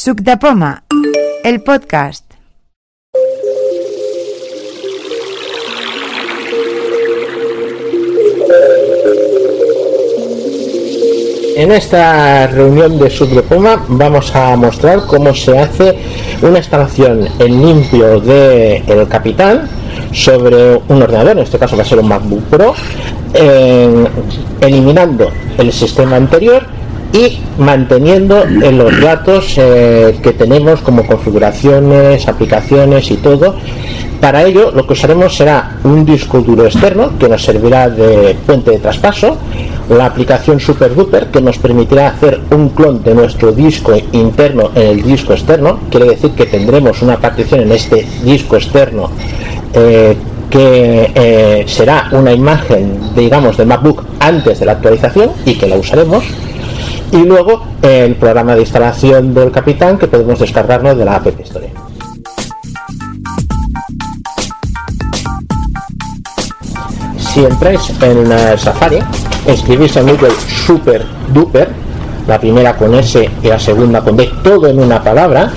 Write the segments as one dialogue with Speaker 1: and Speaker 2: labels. Speaker 1: Suc de Poma, el podcast.
Speaker 2: En esta reunión de Subdepoma vamos a mostrar cómo se hace una instalación en limpio del el capital sobre un ordenador, en este caso va a ser un MacBook Pro, eh, eliminando el sistema anterior y manteniendo eh, los datos eh, que tenemos como configuraciones, aplicaciones y todo. Para ello lo que usaremos será un disco duro externo que nos servirá de puente de traspaso, la aplicación SuperDuper que nos permitirá hacer un clon de nuestro disco interno en el disco externo, quiere decir que tendremos una partición en este disco externo eh, que eh, será una imagen, digamos, del MacBook antes de la actualización y que la usaremos. Y luego eh, el programa de instalación del Capitán que podemos descargarnos de la App Store. Si entráis en eh, Safari, escribís en Google Super Duper, la primera con S y la segunda con D, todo en una palabra.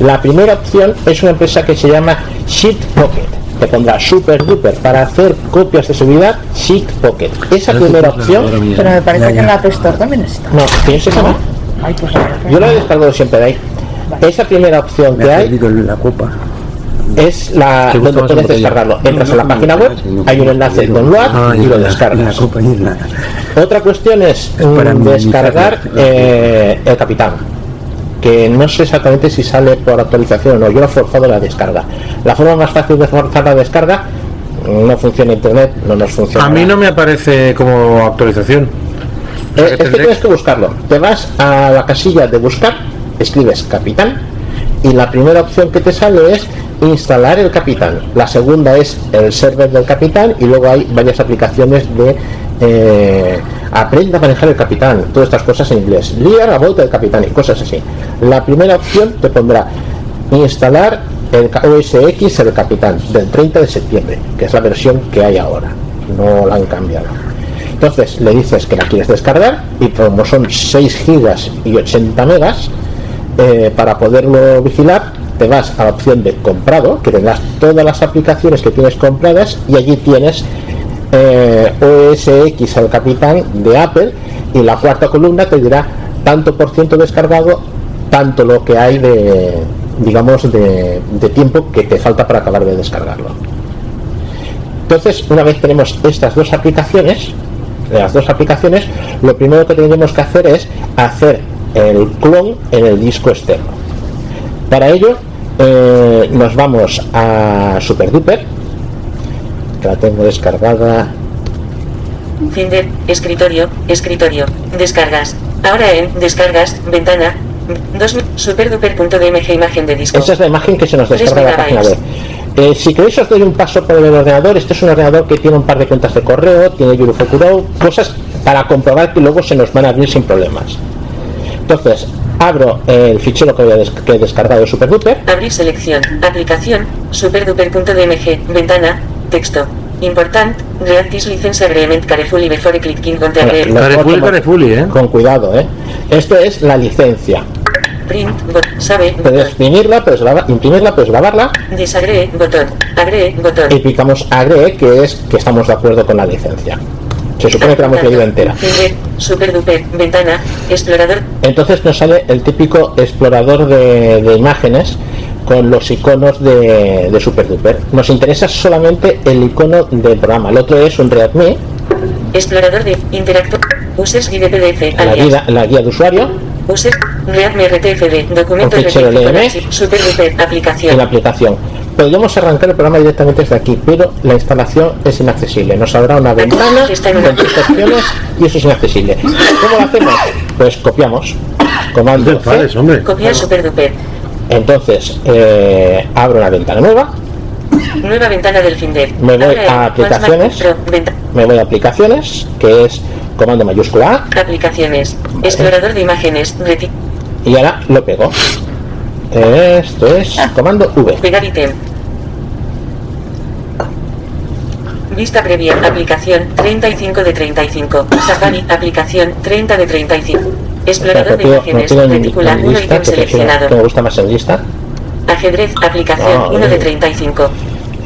Speaker 2: La primera opción es una empresa que se llama Sheet Pocket. Te pondrá Super Duper para hacer copias de seguridad Sheet Pocket. Esa
Speaker 3: Ahora tu
Speaker 2: primera
Speaker 3: controladora
Speaker 2: opción
Speaker 3: mía.
Speaker 4: Pero me parece
Speaker 3: Ya,
Speaker 4: que
Speaker 3: ya.
Speaker 4: en la App Store también está.
Speaker 2: No, tienes esa no.
Speaker 4: Ay, pues la verdad que
Speaker 2: Yo la
Speaker 4: no.
Speaker 2: he descargado siempre de ahí. Esa primera opción
Speaker 3: Me
Speaker 2: que
Speaker 3: ha
Speaker 2: hay Ah,
Speaker 3: perdido la copa.
Speaker 2: es la
Speaker 3: ¿Te gusta
Speaker 2: donde
Speaker 3: más
Speaker 2: puedes
Speaker 3: la botella?
Speaker 2: descargarlo. Entras a la
Speaker 3: No,
Speaker 2: página
Speaker 3: no,
Speaker 2: web,
Speaker 3: no, no,
Speaker 2: hay un
Speaker 3: no,
Speaker 2: enlace
Speaker 3: no,
Speaker 2: con
Speaker 3: ah,
Speaker 2: WAP y
Speaker 3: y
Speaker 2: lo
Speaker 3: la- La
Speaker 2: descargas.
Speaker 3: copa y es nada.
Speaker 2: Otra cuestión es mm,
Speaker 3: Para minimizar
Speaker 2: descargar
Speaker 3: la- la-
Speaker 2: eh, el capitán. Que no sé exactamente si sale por actualización o no. Yo lo he forzado la descarga. La forma más fácil de forzar la descarga mm, no funciona internet, no nos funciona.
Speaker 5: A mí no me aparece como actualización.
Speaker 2: Eh,
Speaker 5: O sea, que
Speaker 2: es que
Speaker 5: tendré-
Speaker 2: tienes que buscarlo. Te vas a la casilla de buscar, escribes capitán y la primera opción que te sale es instalar el capitán. La segunda es el server del capitán y luego hay varias aplicaciones de eh, aprenda a manejar el capitán, todas estas cosas en inglés. Liar la vuelta del capitán y cosas así. La primera opción te pondrá instalar el K- OSX el capitán del 30 de septiembre, que es la versión que hay ahora. No la han cambiado. Entonces le dices que la quieres descargar y como son 6 gigas y 80 megas, eh, para poderlo vigilar te vas a la opción de comprado, que tendrás todas las aplicaciones que tienes compradas y allí tienes eh, OSX al capitán de Apple y la cuarta columna te dirá tanto por ciento descargado, tanto lo que hay de digamos de- de tiempo que te falta para acabar de descargarlo. Entonces, una vez tenemos estas dos aplicaciones, las dos aplicaciones, lo primero que tendremos que hacer es hacer el clon en el disco externo. Para ello, eh, nos vamos a SuperDuper, que la tengo descargada.
Speaker 6: Finder, escritorio, escritorio, descargas. Ahora en descargas, ventana, 2 superduper.dmg imagen de disco.
Speaker 2: Esa es la imagen que se nos descarga de la
Speaker 6: Tres
Speaker 2: página web. Eh, si queréis os doy un paso por el ordenador, este es un ordenador que tiene un par de cuentas de correo, tiene Yurufokuro, cosas para comprobar que luego se nos van a abrir sin problemas. Entonces, abro el fichero que, voy a des- que he descargado de SuperDuper,
Speaker 6: Abrir selección, aplicación, superduper.dmg, ventana, texto. Important, React is license agreement carefully before clicking on the
Speaker 2: Bueno,
Speaker 6: agreement.
Speaker 2: Los
Speaker 5: Carefully,
Speaker 2: Pokémon.
Speaker 5: carefully, ¿eh?
Speaker 2: con cuidado, ¿eh? Esto es la licencia.
Speaker 6: Print, bot, sabe,
Speaker 2: Puedes
Speaker 6: botón.
Speaker 2: imprimirla, puedes, lava- imprimirla, puedes lavarla
Speaker 6: Desagree, botón. Agree,
Speaker 2: y
Speaker 6: botón.
Speaker 2: picamos agree, que es que estamos de acuerdo con la licencia. Se supone que la hemos leído entera.
Speaker 6: Finder, superduper, ventana, explorador,
Speaker 2: Entonces nos sale el típico explorador de, de imágenes con los iconos de, de SuperDuper. Nos interesa solamente el icono del programa. El otro es un ReadMe,
Speaker 6: explorador de interacto. Users guide PDF,
Speaker 2: la
Speaker 6: alias.
Speaker 2: guía, la guía de usuario
Speaker 6: User, Readme RTFB, documento
Speaker 2: Un fichero
Speaker 6: RTFB,
Speaker 2: LM.
Speaker 6: Super Duper,
Speaker 2: y la
Speaker 6: aplicación.
Speaker 2: aplicación. Podríamos arrancar el programa directamente desde aquí, pero la instalación es inaccesible. Nos habrá una ventana
Speaker 6: Está en una-
Speaker 2: con tres opciones y eso es inaccesible. ¿Cómo lo hacemos? Pues copiamos.
Speaker 5: No te
Speaker 2: Comando C.
Speaker 5: enfades, hombre.
Speaker 6: Copiar Super Duper.
Speaker 2: Entonces eh, abro una ventana nueva,
Speaker 6: Nueva ventana del Finder.
Speaker 2: Me voy
Speaker 6: Ahora en
Speaker 2: a aplicaciones.
Speaker 6: Más Mac Pro, venta-
Speaker 2: me voy a aplicaciones, que es comando mayúscula A,
Speaker 6: aplicaciones. Explorador de imágenes. reti-
Speaker 2: Y ahora lo pego. Esto es comando V.
Speaker 6: Pegar ítem. Vista previa. Aplicación 35 de 35. Safari. Aplicación 30 de 35. Explorador
Speaker 2: Espérate,
Speaker 6: de
Speaker 2: tío,
Speaker 6: imágenes.
Speaker 2: no tiene
Speaker 6: Retícula.
Speaker 2: en
Speaker 6: Un
Speaker 2: lista,
Speaker 6: ítem
Speaker 2: que prefiero- que
Speaker 6: seleccionado.
Speaker 2: me gusta más en lista.
Speaker 6: Ajedrez. Aplicación.
Speaker 2: Ah,
Speaker 6: 1 de
Speaker 2: eh.
Speaker 6: 35.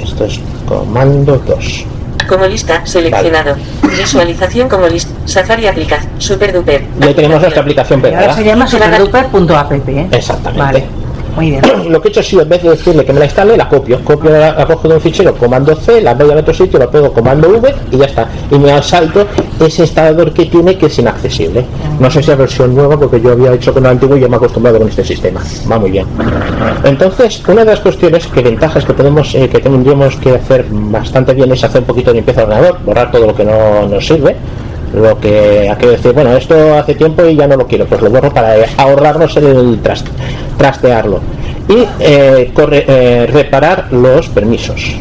Speaker 2: Esto es comando 2.
Speaker 6: Como lista. Seleccionado. Visualización como lista. Safari aplicación. Super duper.
Speaker 2: Ya tenemos nuestra aplicación
Speaker 4: Y ahora
Speaker 2: pegada.
Speaker 4: se llama superduper.app. ¿eh?
Speaker 2: Exactamente.
Speaker 4: Vale. Muy bien.
Speaker 2: Lo que he hecho ha sido, en vez de decirle que me la instale, la copio. Copio, la, la cojo de un fichero, comando C, la voy al otro sitio, la pego comando V y ya está. Y me salto ese instalador que tiene que es inaccesible. No sé si es versión nueva, porque yo había hecho con el antiguo y ya me he acostumbrado con este sistema. Va muy bien. Entonces, una de las cuestiones que ventajas que podemos, eh, que tendríamos que hacer bastante bien es hacer un poquito de limpieza del ordenador, borrar todo lo que no nos sirve. Lo que hay que decir, bueno, esto hace tiempo y ya no lo quiero, pues lo borro para eh, ahorrarnos el tras- trastearlo. Y eh, corre- eh, reparar los permisos.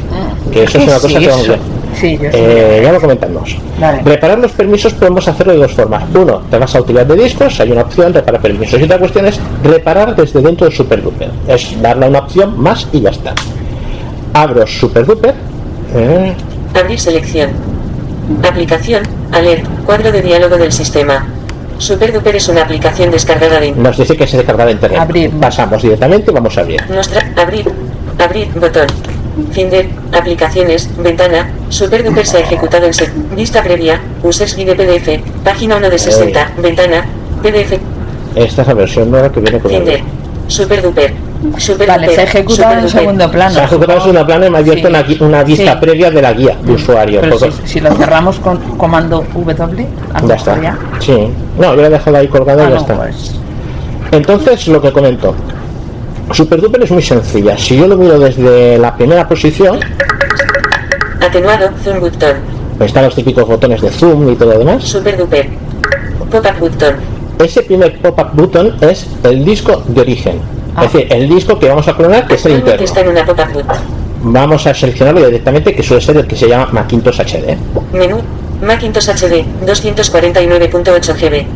Speaker 2: Que eso es una cosa que vamos a ver.
Speaker 4: Sí, yo sí.
Speaker 2: Eh, ya lo comentamos.
Speaker 4: Vale.
Speaker 2: Reparar los permisos podemos hacerlo de dos formas. Uno, te vas a utilidad de discos, hay una opción, reparar permisos. Y otra cuestión es reparar desde dentro de SuperDuper. Es darle una opción más y ya está. Abro SuperDuper. eh,
Speaker 6: Abrir selección. Aplicación. Alert. Cuadro de diálogo del sistema. Super Duper es una aplicación descargada de
Speaker 2: nos dice que se descarga de internet.
Speaker 4: Abrir.
Speaker 2: Pasamos directamente y vamos a abrir.
Speaker 6: Mostrar, abrir, abrir, botón. Finder, aplicaciones, ventana, Super Duper se ha ejecutado en se- vista previa, Users Guide PDF, página 1 de 60, ventana, PDF,
Speaker 2: Esta es la versión nueva que viene con el-
Speaker 6: Finder, Super Duper, Super
Speaker 3: Vale,
Speaker 6: Duper,
Speaker 3: se ha ejecutado en
Speaker 6: Super Duper.
Speaker 3: segundo
Speaker 4: ah,
Speaker 3: plano.
Speaker 2: Se ha ejecutado una plana y me ha abierto
Speaker 3: Sí.
Speaker 2: una, gui- una vista
Speaker 3: Sí.
Speaker 2: previa de la guía de usuario.
Speaker 4: Mm, Pero si,
Speaker 2: Todo-
Speaker 4: si lo cerramos con comando W, a lo
Speaker 2: Ya
Speaker 4: mejor
Speaker 2: está.
Speaker 4: ya.
Speaker 2: Sí. No, yo la he dejado ahí colgada
Speaker 4: Ah,
Speaker 2: y ya
Speaker 4: no,
Speaker 2: está.
Speaker 4: pues.
Speaker 2: Entonces, lo que comento. Superduper es muy sencilla. Si yo lo miro desde la primera posición,
Speaker 6: Atenuado, Zoom Button,
Speaker 2: pues están los típicos botones de zoom y todo lo demás.
Speaker 6: Super Duper, Pop-up Button,
Speaker 2: Ese primer pop-up button es el disco de origen. Es decir, el disco que vamos a clonar, que es el
Speaker 6: Actualmente Ah, está
Speaker 2: interno.
Speaker 6: en una Pop-up Button.
Speaker 2: Vamos a seleccionarlo directamente, que suele ser el que se llama Macintosh HD.
Speaker 6: Menú, Macintosh HD, 249.8 GB.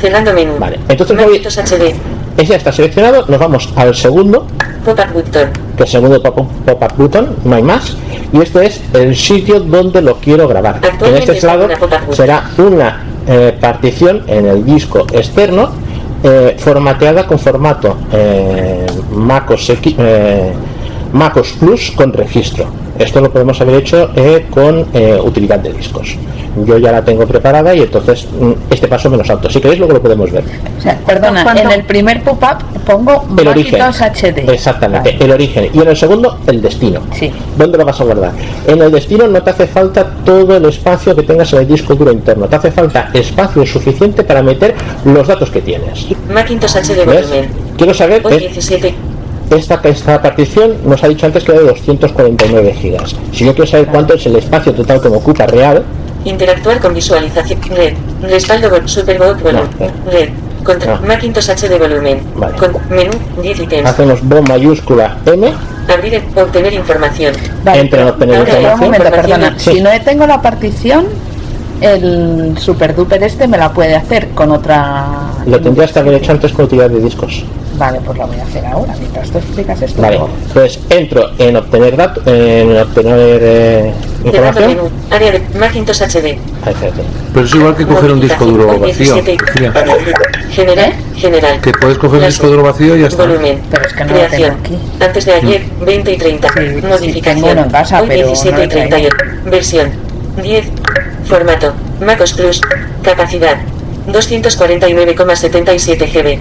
Speaker 6: Cerrando menú.
Speaker 2: Vale, entonces voy-
Speaker 6: Macintosh HD,
Speaker 2: Ese ya está seleccionado. Nos vamos al segundo,
Speaker 6: Pop-up Button.
Speaker 2: que es el segundo pop- pop-up button, no hay más. Y este es el sitio donde lo quiero grabar. En
Speaker 6: Actualmente
Speaker 2: este
Speaker 6: está
Speaker 2: lado
Speaker 6: una pop-up button.
Speaker 2: será una eh, partición en el disco externo eh, formateada con formato eh, MacOS, X- eh, MacOS Plus con registro. Esto lo podemos haber hecho eh, con eh, utilidad de discos. Yo ya la tengo preparada y entonces mm, este paso menos alto. Si queréis luego lo podemos ver.
Speaker 3: O sea, perdona,
Speaker 4: ¿Cuánto?
Speaker 3: en el primer pop-up pongo
Speaker 2: El origen.
Speaker 3: Macintosh HD.
Speaker 2: Exactamente, el origen. Y en el segundo, el destino.
Speaker 3: Sí.
Speaker 2: ¿Dónde lo vas a guardar? En el destino no te hace falta todo el espacio que tengas en el disco duro interno. Te hace falta espacio suficiente para meter los datos que tienes.
Speaker 6: Macintosh HD
Speaker 2: ¿Ves?
Speaker 6: volumen.
Speaker 2: Quiero saber,
Speaker 6: Hoy
Speaker 2: eh,
Speaker 6: 17.
Speaker 2: esta, esta partición nos ha dicho antes que era de 249 gigas. Si yo quiero saber cuánto es el espacio total que me ocupa real,
Speaker 6: Interactuar con visualización. Red. Respaldo vol Superboot volumen.
Speaker 2: No,
Speaker 6: Red. Contra
Speaker 2: No.
Speaker 6: Macintosh HD volumen.
Speaker 2: Vale.
Speaker 6: Con menú 10 ítems.
Speaker 2: hacemos B mayúscula M,
Speaker 6: Abrir el- obtener información.
Speaker 3: Vale,
Speaker 2: entre obtener
Speaker 6: ahora,
Speaker 3: Pero un
Speaker 2: información.
Speaker 3: momento,
Speaker 6: Información,
Speaker 3: perdona.
Speaker 2: sí.
Speaker 3: Si no tengo la partición, el super duper este me la puede hacer con otra.
Speaker 2: Lo tendrías que haber hecho antes con utilidad de discos.
Speaker 3: Vale, pues la voy a hacer ahora, mientras tú explicas esto.
Speaker 2: Vale, pues entro en obtener datos, en obtener eh,
Speaker 6: Cerrando
Speaker 2: información.
Speaker 6: menú. Área de Macintosh HD.
Speaker 2: Ah, espérate.
Speaker 5: Pero es igual que coger un disco duro vacío. Mira,
Speaker 6: General. General.
Speaker 5: que puedes coger un
Speaker 6: Clase.
Speaker 5: disco duro vacío y ya Mm. está.
Speaker 6: Volumen.
Speaker 3: Pero es que no lo
Speaker 6: Creación.
Speaker 3: tengo
Speaker 6: Antes de ayer, 20 y 30.
Speaker 3: Sí, sí,
Speaker 6: Modificación.
Speaker 3: tengo uno en casa,
Speaker 6: Hoy
Speaker 3: pero
Speaker 6: 17
Speaker 3: no
Speaker 6: y
Speaker 3: lo traigo.
Speaker 6: 38. Versión. 10. Formato. MacOS Plus. Capacidad. 249,77 GB.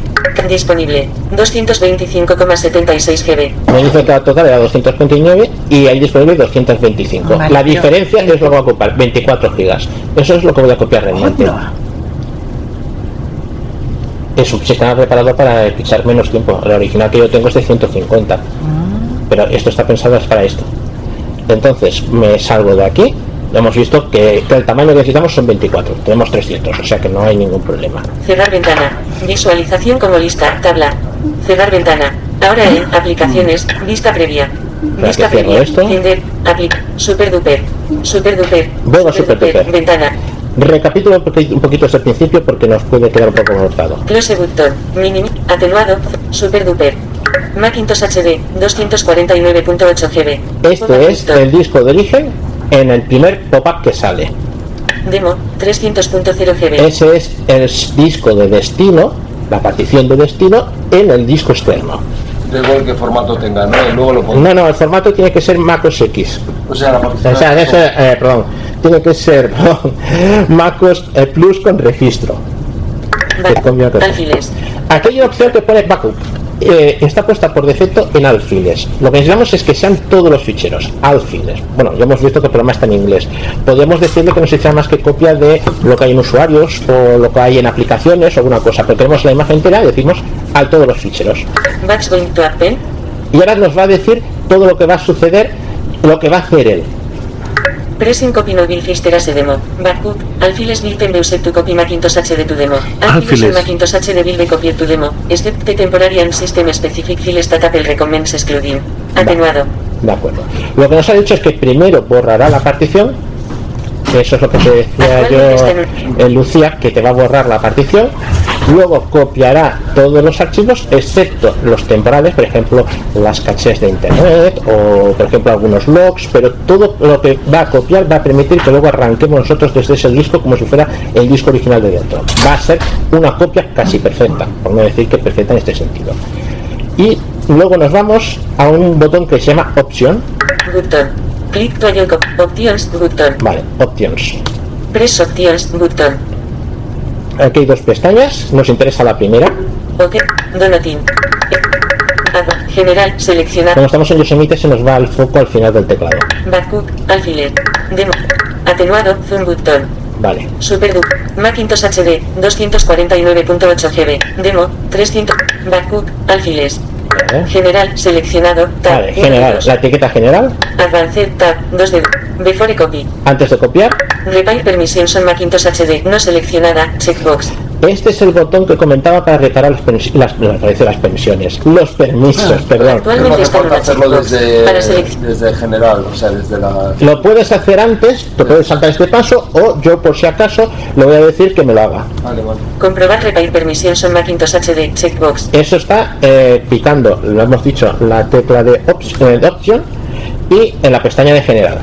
Speaker 6: Disponible. 225,76 GB.
Speaker 2: Me dice que la total era 229 y hay disponible 225.
Speaker 4: Vale,
Speaker 2: la
Speaker 4: pero-
Speaker 2: diferencia es lo que va a ocupar, 24 gigas. Eso es lo que voy a copiar realmente.
Speaker 4: Hola.
Speaker 2: Es un sistema preparado para pisar menos tiempo. La original que yo tengo es de 150. Pero esto está pensado es para esto. Entonces me salgo de aquí. Hemos visto que, que el tamaño que necesitamos son 24. Tenemos 300, o sea que no hay ningún problema.
Speaker 6: Cerrar ventana. Visualización como lista. Tabla. Cerrar ventana. Ahora en aplicaciones. Vista previa. Vista
Speaker 2: que cierro
Speaker 6: previa.
Speaker 2: esto.
Speaker 6: Finder. Aplica. Super duper. Super duper.
Speaker 2: Veo la superduper.
Speaker 6: Ventana.
Speaker 2: Recapitulo un poqui- un poquito hasta el principio porque nos puede quedar un poco cortado.
Speaker 6: Close button. Mínimo. Atenuado. Super duper. Macintosh HD. 249.8 GB.
Speaker 2: Este
Speaker 6: Pop-up
Speaker 2: es
Speaker 6: button.
Speaker 2: el disco de origen en el primer pop-up que sale.
Speaker 6: Demo, 300.0 GB.
Speaker 2: Ese es el s- disco de destino, la partición de destino, en el disco externo.
Speaker 7: Da igual qué formato tenga, ¿no? Y luego lo pondré.
Speaker 2: No, no, el formato tiene que ser macOS X.
Speaker 7: O sea, la
Speaker 2: O
Speaker 7: partición.
Speaker 2: sea, en ese, eh, perdón, tiene que ser macOS eh, Plus con registro.
Speaker 6: Back-
Speaker 2: Te cambio que-
Speaker 6: Alfiles.
Speaker 2: Aquí hay una opción que pone backup. eh, está puesta por defecto en alfiles. Lo que necesitamos es que sean todos los ficheros, alfiles. Bueno, ya hemos visto que el programa está en inglés. Podemos decirle que no se echa más que copia de lo que hay en usuarios o lo que hay en aplicaciones o alguna cosa, pero tenemos la imagen entera y decimos a todos los ficheros.
Speaker 6: Batch going to append.
Speaker 2: Y ahora nos va a decir todo lo que va a suceder, lo que va a hacer él.
Speaker 6: Pressing copy mobile fister as a demo. Backup. Alfiles will then use to copy Macintosh H de tu demo. Alfiles.
Speaker 5: Alfiles.
Speaker 6: and Macintosh H de will be copied to demo. Except the temporary and system specific file that Apple recommends excluding. Atenuado.
Speaker 2: De acuerdo. Lo que nos ha dicho es que primero borrará la partición. Eso es lo que te decía yo, eh, Lucía, que te va a borrar la partición. Luego copiará todos los archivos, excepto los temporales, por ejemplo, las cachés de internet o, por ejemplo, algunos logs. Pero todo lo que va a copiar va a permitir que luego arranquemos nosotros desde ese disco como si fuera el disco original de dentro. Va a ser una copia casi perfecta, por no decir que perfecta en este sentido. Y luego nos vamos a un botón que se llama Option.
Speaker 6: Button. Click to your copy. Options. Button.
Speaker 2: Vale, Options.
Speaker 6: Press options. Button.
Speaker 2: Aquí hay dos pestañas, nos interesa la primera.
Speaker 6: Ok. Donating. Ad- General. Seleccionar.
Speaker 2: Cuando estamos en Yosemite se nos va el foco al final del teclado.
Speaker 6: Backup. Alfiler. Demo. Atenuado. Zoom button.
Speaker 2: Vale.
Speaker 6: Superdu. Macintosh HD 249.8 GB. Demo 300. Backup. Alfiles.
Speaker 2: ¿eh?
Speaker 6: General. Seleccionado. Tab.
Speaker 2: Vale, general, la etiqueta general,
Speaker 6: Advanced Tab. 2 de. Before copy.
Speaker 2: antes de copiar,
Speaker 6: Repair permissions on Macintosh HD. No seleccionada. Checkbox.
Speaker 2: este es el botón que comentaba para reparar las, pens- las, me parece las pensiones, los permisos, perdón.
Speaker 7: Pero no
Speaker 6: Actualmente
Speaker 7: hace
Speaker 6: está en
Speaker 7: falta
Speaker 6: una
Speaker 7: hacerlo
Speaker 6: checkbox. Para
Speaker 7: desde,
Speaker 6: seleccionar.
Speaker 7: desde general, o sea, desde la.
Speaker 2: Lo puedes hacer antes, te puedes saltar este paso, o yo por si acaso le voy a decir que me lo haga.
Speaker 7: Vale, vale.
Speaker 6: Comprobar Repair permissions on Macintosh HD. Checkbox.
Speaker 2: Eso está eh, picando, lo hemos dicho, la tecla de, ops- eh, de opción y en la pestaña de general,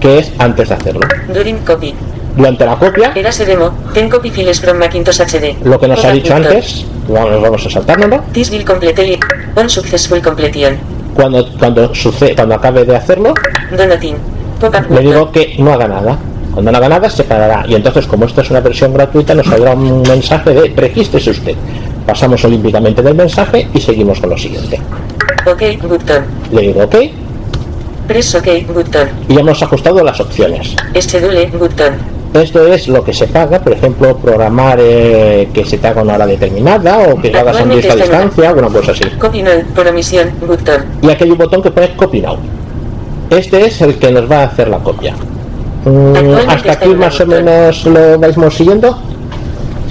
Speaker 2: que es antes de hacerlo.
Speaker 6: During copy.
Speaker 2: Durante la copia,
Speaker 6: Erase demo. Ten copy files from Macintosh HD.
Speaker 2: lo que nos ha
Speaker 6: Total
Speaker 2: dicho
Speaker 6: button.
Speaker 2: antes, vamos, vamos a saltárnoslo.
Speaker 6: This will complete it. on successful completion.
Speaker 2: Cuando, cuando, sucede, cuando acabe de hacerlo,
Speaker 6: Donating. Pop-up
Speaker 2: le
Speaker 6: button.
Speaker 2: digo que no haga nada. Cuando no haga nada, se parará. Y entonces, como esto es una versión gratuita, nos saldrá un mensaje de regístrese usted. Pasamos olímpicamente del mensaje y seguimos con lo siguiente.
Speaker 6: OK button.
Speaker 2: Le digo OK
Speaker 6: Press OK button.
Speaker 2: y ya hemos ajustado las opciones.
Speaker 6: Schedule Este button.
Speaker 2: Esto es lo que se paga, por ejemplo, programar eh, que se te haga una hora determinada o que lo hagas en
Speaker 6: Actualmente
Speaker 2: directo a
Speaker 6: está en una-
Speaker 2: distancia, alguna cosa así.
Speaker 6: Copy null por omisión button.
Speaker 2: Y aquí hay un botón que pone copy now. Este es el que nos va a hacer la copia. Mm,
Speaker 6: Actualmente
Speaker 4: este
Speaker 2: hasta
Speaker 6: está
Speaker 2: aquí
Speaker 6: en una
Speaker 2: más o
Speaker 6: botón.
Speaker 2: menos lo vais siguiendo.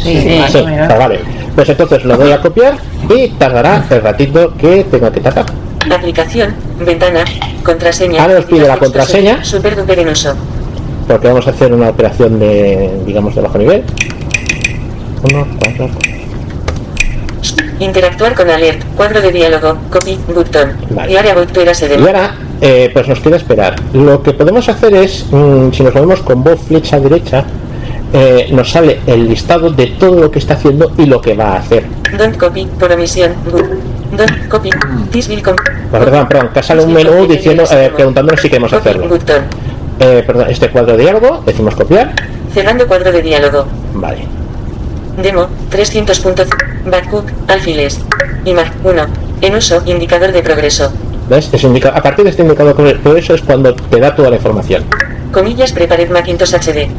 Speaker 4: Sí, sí.
Speaker 2: Ah, sí, Ah, vale. Pues entonces lo voy a copiar y tardará el ratito que tenga que tardar.
Speaker 6: Aplicación, ventana, contraseña.
Speaker 2: Ahora nos pide la
Speaker 6: Texto
Speaker 2: contraseña.
Speaker 6: Super duper en uso.
Speaker 2: Porque vamos a hacer una operación de, digamos, de bajo nivel. Uno, cuatro,
Speaker 6: Interactuar con alert. Cuadro de diálogo. Copy button.
Speaker 2: Vale.
Speaker 6: Y ahora voy a erase
Speaker 2: Y
Speaker 6: demo.
Speaker 2: ahora, eh, pues nos queda esperar. Lo que podemos hacer es, mm, si nos movemos con voz flecha derecha, eh, nos sale el listado de todo lo que está haciendo y lo que va a hacer.
Speaker 6: Don't copy por omisión. bu- Don't copy. This will com-
Speaker 2: Perdón, perdón, que sale un menú diciendo, eh, preguntándonos si queremos
Speaker 6: Copy
Speaker 2: hacerlo.
Speaker 6: button.
Speaker 2: Eh, perdón, este cuadro de diálogo, decimos copiar.
Speaker 6: Cerrando cuadro de diálogo.
Speaker 2: Vale.
Speaker 6: Demo 300.0 Backup Alfiles Imag 1 En uso Indicador de progreso
Speaker 2: ¿Ves? Es un indica- a partir de este indicador, por eso es cuando te da toda la información.
Speaker 6: Comillas Prepared Macintosh HD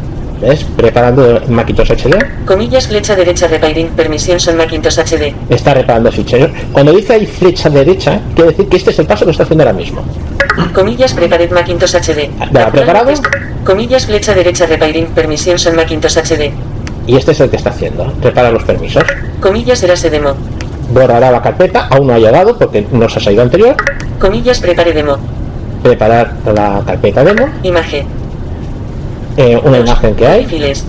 Speaker 2: ¿Ves? Preparando el Macintosh HD,
Speaker 6: Comillas Flecha derecha Repairing Permissions on Macintosh HD
Speaker 2: está reparando ficheros. Cuando dice ahí flecha derecha, quiere decir que este es el paso que está haciendo ahora mismo.
Speaker 6: Comillas Prepared Macintosh HD
Speaker 2: Ya, ¿preparado?
Speaker 6: Comillas Flecha derecha Repairing Permissions on Macintosh HD
Speaker 2: Y este es el que está haciendo. Repara los permisos.
Speaker 6: Comillas Erase Demo
Speaker 2: Borrará la carpeta, aún no ha llegado porque no se ha salido anterior.
Speaker 6: Comillas Prepare Demo
Speaker 2: Preparar la carpeta demo,
Speaker 6: Imagen
Speaker 2: eh, una imagen que hay.
Speaker 6: Files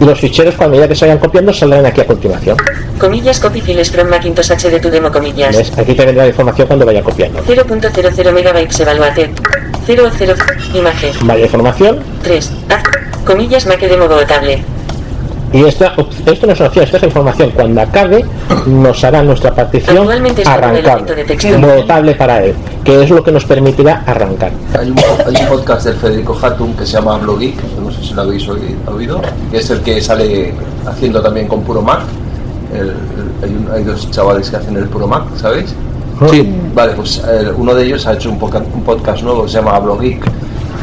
Speaker 2: Y los ficheros, cuando ya que se vayan copiando, saldrán aquí a continuación.
Speaker 6: Comillas Copy Files from Macintosh HD to Demo Comillas
Speaker 2: ¿Ves? Aquí te vendrá la información cuando vaya copiando.
Speaker 6: 0.00 megabytes evaluated 00 Imagen
Speaker 2: Vaya información,
Speaker 6: 3. Haz comillas Mac de modo tablet.
Speaker 2: Y esta, op- esto no es una opción, esta es información. Cuando acabe, nos hará nuestra partición
Speaker 6: Actualmente está con el
Speaker 2: arrancar.
Speaker 6: elemento de texto.
Speaker 2: Votable para él, que es lo que nos permitirá arrancar.
Speaker 7: Hay un, hay un podcast del Federico Hatun que se llama Blogeek, no sé si lo habéis oí- oído, que es el que sale haciendo también con Puro Mac. El- el- hay, un- hay dos chavales que hacen el Puro Mac, ¿sabéis?
Speaker 5: Sí.
Speaker 6: Mm.
Speaker 7: Vale, pues eh, uno de ellos ha hecho un, poca- un podcast nuevo que se llama Blogeek.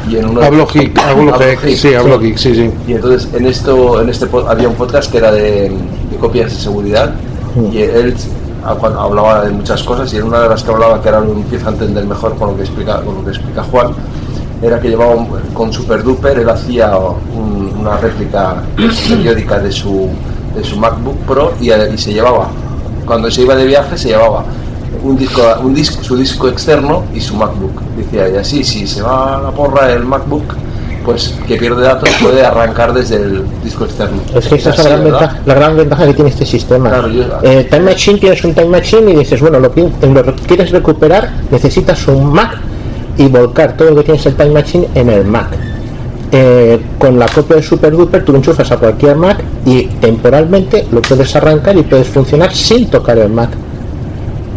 Speaker 7: Y en uno de-
Speaker 5: Hablo geek, Ah. hablo geek, sí, hablo geek, sí, sí.
Speaker 7: Y entonces en esto en este po- había un podcast que era de, de copias de seguridad y él a- cuando hablaba de muchas cosas y en una de las que hablaba que ahora lo empiezo a entender mejor con lo que explica con lo que explica Juan era que llevaba un- con Super Duper él hacía un- una réplica periódica de su de su MacBook Pro y, a- y se llevaba cuando se iba de viaje se llevaba un disco, un disco, su disco externo y su MacBook. Decía ella, sí, si se va a la porra el MacBook, pues que pierde datos puede arrancar desde el disco externo.
Speaker 2: Es que esa es la
Speaker 7: así,
Speaker 2: gran,
Speaker 7: ¿verdad?
Speaker 2: ventaja, la gran ventaja que tiene este sistema.
Speaker 7: Claro, yo-
Speaker 2: Eh, time Machine, tienes un Time Machine y dices, bueno, lo, pin- lo re- quieres recuperar, necesitas un Mac y volcar todo lo que tienes el Time Machine en el Mac. Eh, con la copia de Super Duper tú lo enchufas a cualquier Mac y temporalmente lo puedes arrancar y puedes funcionar sin tocar el Mac.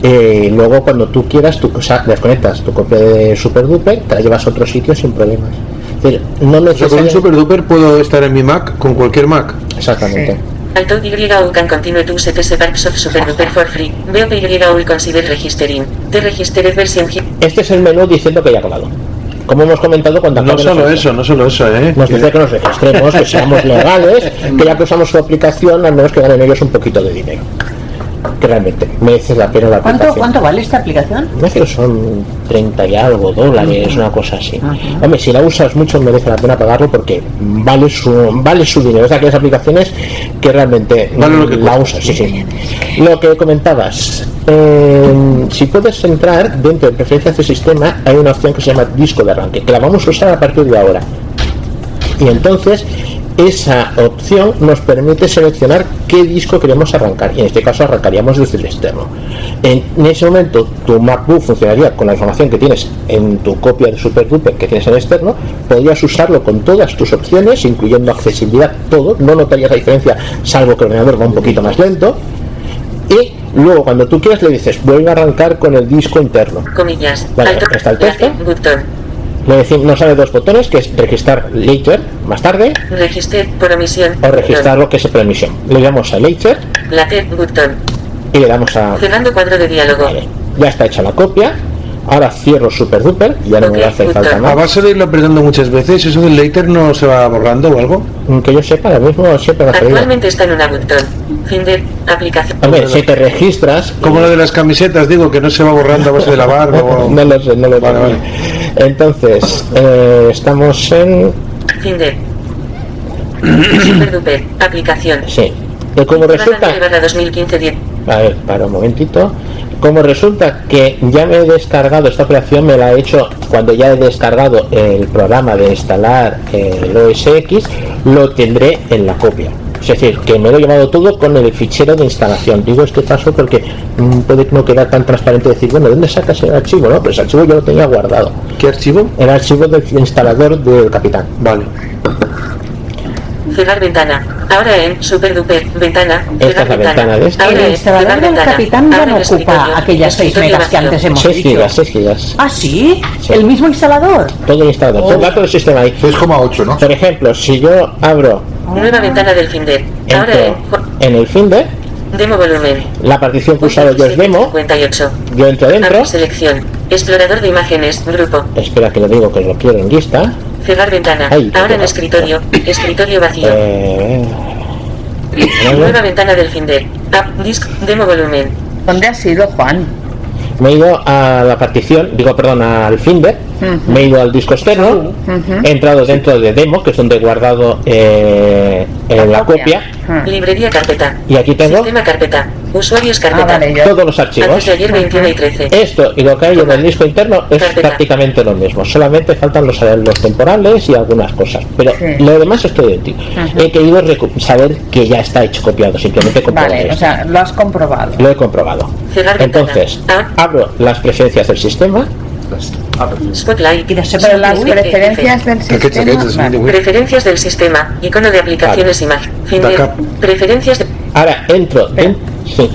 Speaker 2: Eh, y luego cuando tú quieras, tú o sea, desconectas tu copia de Super Duper, te la llevas a otro sitio sin problemas. Es decir, no
Speaker 5: O sea, con un
Speaker 2: necesariamente...
Speaker 5: super duper puedo estar en mi Mac con cualquier Mac.
Speaker 2: Exactamente.
Speaker 6: Altod YOU can continue to set the parts of Super Duper for free. Veo que YOU consider registering. The registered version hit.
Speaker 2: Este es el menú diciendo que ya ha acabado. Como hemos comentado cuando
Speaker 5: No
Speaker 2: acabe
Speaker 5: solo
Speaker 2: nos-
Speaker 5: eso, no solo eso, ¿eh?
Speaker 2: Nos dice que nos registremos, que seamos legales, que ya que usamos su aplicación, al menos que ganen ellos un poquito de dinero. Que realmente merece la pena la
Speaker 4: ¿Cuánto,
Speaker 2: aplicación.
Speaker 4: ¿Cuánto vale esta aplicación?
Speaker 2: No es que son 30 y algo dólares, una cosa así. Hombre, si la usas mucho merece la pena pagarlo porque vale su vale su dinero. Es de aquellas aplicaciones que realmente
Speaker 5: Vale lo que
Speaker 2: la
Speaker 5: cuesta.
Speaker 2: usas. Sí, sí. Lo que comentabas, eh, si puedes entrar dentro de preferencias de sistema, hay una opción que se llama disco de arranque, que la vamos a usar a partir de ahora. Y entonces esa opción nos permite seleccionar qué disco queremos arrancar. Y en este caso arrancaríamos desde el externo. En, en ese momento tu MacBook funcionaría con la información que tienes en tu copia de Super Duper que tienes en el externo. Podrías usarlo con todas tus opciones, incluyendo accesibilidad, todo. No notarías la diferencia, salvo que el ordenador va un poquito más lento. Y luego cuando tú quieras le dices, vuelve a arrancar con el disco interno.
Speaker 6: Comillas.
Speaker 2: Vale, está el texto.
Speaker 6: Alt- Button.
Speaker 2: Le decimos, nos sale dos botones, que es registrar later, más tarde,
Speaker 6: Register por omisión.
Speaker 2: o registrar lo que es permisión. Le damos a Later
Speaker 6: Button. Later button.
Speaker 2: y le damos a.
Speaker 6: Cerrando cuadro de diálogo.
Speaker 2: Vale, ya está hecha la copia. Ahora cierro Super Duper, ya no me hace falta
Speaker 5: A
Speaker 2: nada.
Speaker 5: base de irlo apretando muchas veces, ¿eso del later no se va borrando o algo?
Speaker 2: Que yo sepa, ahora mismo siempre me ha salido.
Speaker 6: Actualmente está en una button. Finder. Aplicación.
Speaker 2: Hombre, si te registras.
Speaker 5: Como lo de las camisetas, digo, que no se va borrando a base de lavar o...
Speaker 2: No lo sé, no lo
Speaker 5: Vale, vale.
Speaker 2: Entonces, eh, estamos en.
Speaker 6: Finder. Super Duper. Aplicación.
Speaker 2: Sí. Y como Pues resulta.
Speaker 6: Barra 9 barra 2015 10.
Speaker 2: A ver, para un momentito. Como resulta que ya me he descargado, esta operación me la he hecho cuando ya he descargado el programa de instalar el OS X, lo tendré en la copia. Es decir, que me lo he llevado todo con el fichero de instalación. Digo este paso porque mm, puede no quedar tan transparente decir, bueno, ¿dónde sacas el archivo? No, pues el archivo yo lo tenía guardado.
Speaker 5: ¿Qué archivo?
Speaker 2: El archivo del instalador del capitán.
Speaker 5: Vale.
Speaker 6: Cerrar ventana. Ahora en Super Duper. Ventana.
Speaker 2: Esta
Speaker 6: cerrar
Speaker 2: es la ventana de este.
Speaker 6: Ahora
Speaker 4: El
Speaker 6: en
Speaker 4: instalador
Speaker 6: cerrar
Speaker 4: del
Speaker 6: ventana.
Speaker 4: capitán ya
Speaker 6: Ahora
Speaker 4: no
Speaker 6: en
Speaker 4: ocupa
Speaker 6: escritorio.
Speaker 4: aquellas 6
Speaker 6: Escritorio
Speaker 4: megas que
Speaker 6: vacío.
Speaker 4: antes hemos
Speaker 2: 6
Speaker 4: dicho.
Speaker 2: gigas, 6 gigas.
Speaker 4: ¿Ah, sí?
Speaker 2: Sí.
Speaker 4: ¿El mismo instalador?
Speaker 2: Todo el instalador,
Speaker 4: Oh.
Speaker 2: todo el dato del sistema ahí.
Speaker 8: 6,8, ¿no?
Speaker 2: Por ejemplo, si yo abro
Speaker 6: Nueva ventana del Finder. Ahora en
Speaker 2: entro en el Finder,
Speaker 6: Demo volumen.
Speaker 2: la partición que he usado Pues yo es demo,
Speaker 6: 58.
Speaker 2: yo entro dentro,
Speaker 6: Abre selección. Explorador de imágenes. Grupo.
Speaker 2: espera que le digo que lo quiero en lista,
Speaker 6: Cerrar ventana.
Speaker 2: Ay,
Speaker 6: Ahora en
Speaker 2: perdón.
Speaker 6: escritorio. Escritorio vacío.
Speaker 2: eh,
Speaker 6: Nueva ventana del Finder. App Disc. Demo volumen.
Speaker 3: ¿Dónde has ido, Juan?
Speaker 2: me he ido a la partición, digo perdón, al Finder, me he ido al disco externo, he entrado dentro de demo, que es donde he guardado eh, eh, la copia,
Speaker 3: Ah,
Speaker 4: Ah.
Speaker 6: Librería carpeta.
Speaker 2: y aquí tengo
Speaker 6: Sistema carpeta. Usuarios carpeta.
Speaker 3: Ah, vale, ya.
Speaker 2: todos los
Speaker 6: Antes
Speaker 2: archivos.
Speaker 6: de ayer 21 y 13.
Speaker 2: Esto y lo que hay en el disco interno es
Speaker 6: Carpeta.
Speaker 2: prácticamente lo mismo, solamente faltan los, los temporales y algunas cosas, pero
Speaker 3: Sí.
Speaker 2: lo demás es todo idéntico. He querido recu- saber que ya está hecho copiado, simplemente comprobar
Speaker 3: Vale, o
Speaker 2: esto.
Speaker 3: sea, lo has comprobado.
Speaker 2: lo he comprobado.
Speaker 6: Cerrar ventana.
Speaker 2: Entonces,
Speaker 6: Ah.
Speaker 2: abro las presencias del sistema,
Speaker 7: Las- ah, perfecto.
Speaker 6: Spotlight.
Speaker 4: Y de ser
Speaker 3: Pero
Speaker 4: para
Speaker 3: las
Speaker 6: Spotlight,
Speaker 3: preferencias
Speaker 6: EF.
Speaker 3: del
Speaker 5: Chaquet, chaquet,
Speaker 3: sistema.
Speaker 5: siguiente,
Speaker 3: vale.
Speaker 5: güey.
Speaker 6: Preferencias del sistema. Icono de aplicaciones imagen. Fin de.
Speaker 5: Backup.
Speaker 6: Preferencias de.
Speaker 2: Ahora entro. en- sí.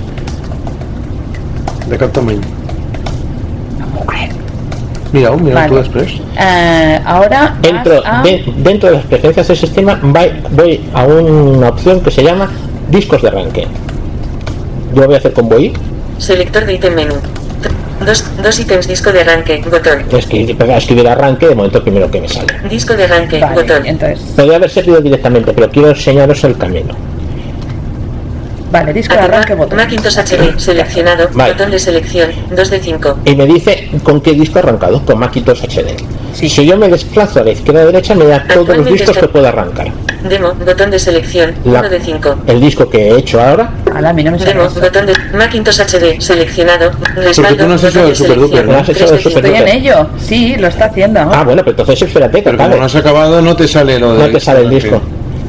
Speaker 5: De cap tamaño. Mira, un mira
Speaker 3: Vale.
Speaker 5: tú després.
Speaker 3: Eh, ahora vas
Speaker 2: Entro
Speaker 3: a-
Speaker 2: de- dentro de las preferencias del sistema, vai- voy a una opción que se llama discos de arranque. Yo voy a hacer combo I,
Speaker 6: Selector de ítem menú. Dos, dos ítems disco de arranque. Botón.
Speaker 2: es que para escribir arranque, de momento primero que me sale.
Speaker 6: Disco de arranque.
Speaker 3: Vale,
Speaker 6: Botón.
Speaker 3: entonces,
Speaker 2: Podría haber servido directamente, pero quiero enseñaros el camino.
Speaker 3: vale, disco de arranque,
Speaker 6: Activar
Speaker 3: botón.
Speaker 6: Macintosh HD. Seleccionado.
Speaker 2: Vale.
Speaker 6: Botón de selección. 2 de 5.
Speaker 2: Y me dice con qué disco he arrancado, con Macintosh HD.
Speaker 3: Sí.
Speaker 2: Si yo me desplazo a la izquierda a la derecha, me da todos los
Speaker 6: Actualmente
Speaker 2: discos
Speaker 6: está-
Speaker 2: que puedo arrancar.
Speaker 6: Demo. Botón de selección.
Speaker 2: La-
Speaker 6: 1 de 5.
Speaker 2: El disco que he hecho ahora,
Speaker 3: Ala, a mí no me sale
Speaker 6: Demo,
Speaker 3: eso.
Speaker 6: botón de Macintosh HD seleccionado. Respaldo,
Speaker 5: tú no has hecho
Speaker 6: botón de
Speaker 5: el Super
Speaker 6: selección,
Speaker 5: Duper, ¿no?
Speaker 2: has hecho
Speaker 6: tres
Speaker 2: el
Speaker 6: de
Speaker 2: Super
Speaker 6: cinco.
Speaker 3: Estoy en ello. Sí, lo está haciendo.
Speaker 2: ah, bueno, pero entonces espérate, que
Speaker 5: Pero como
Speaker 2: acabe.
Speaker 5: no has acabado, no te sale lo de...
Speaker 2: No te sale el disco.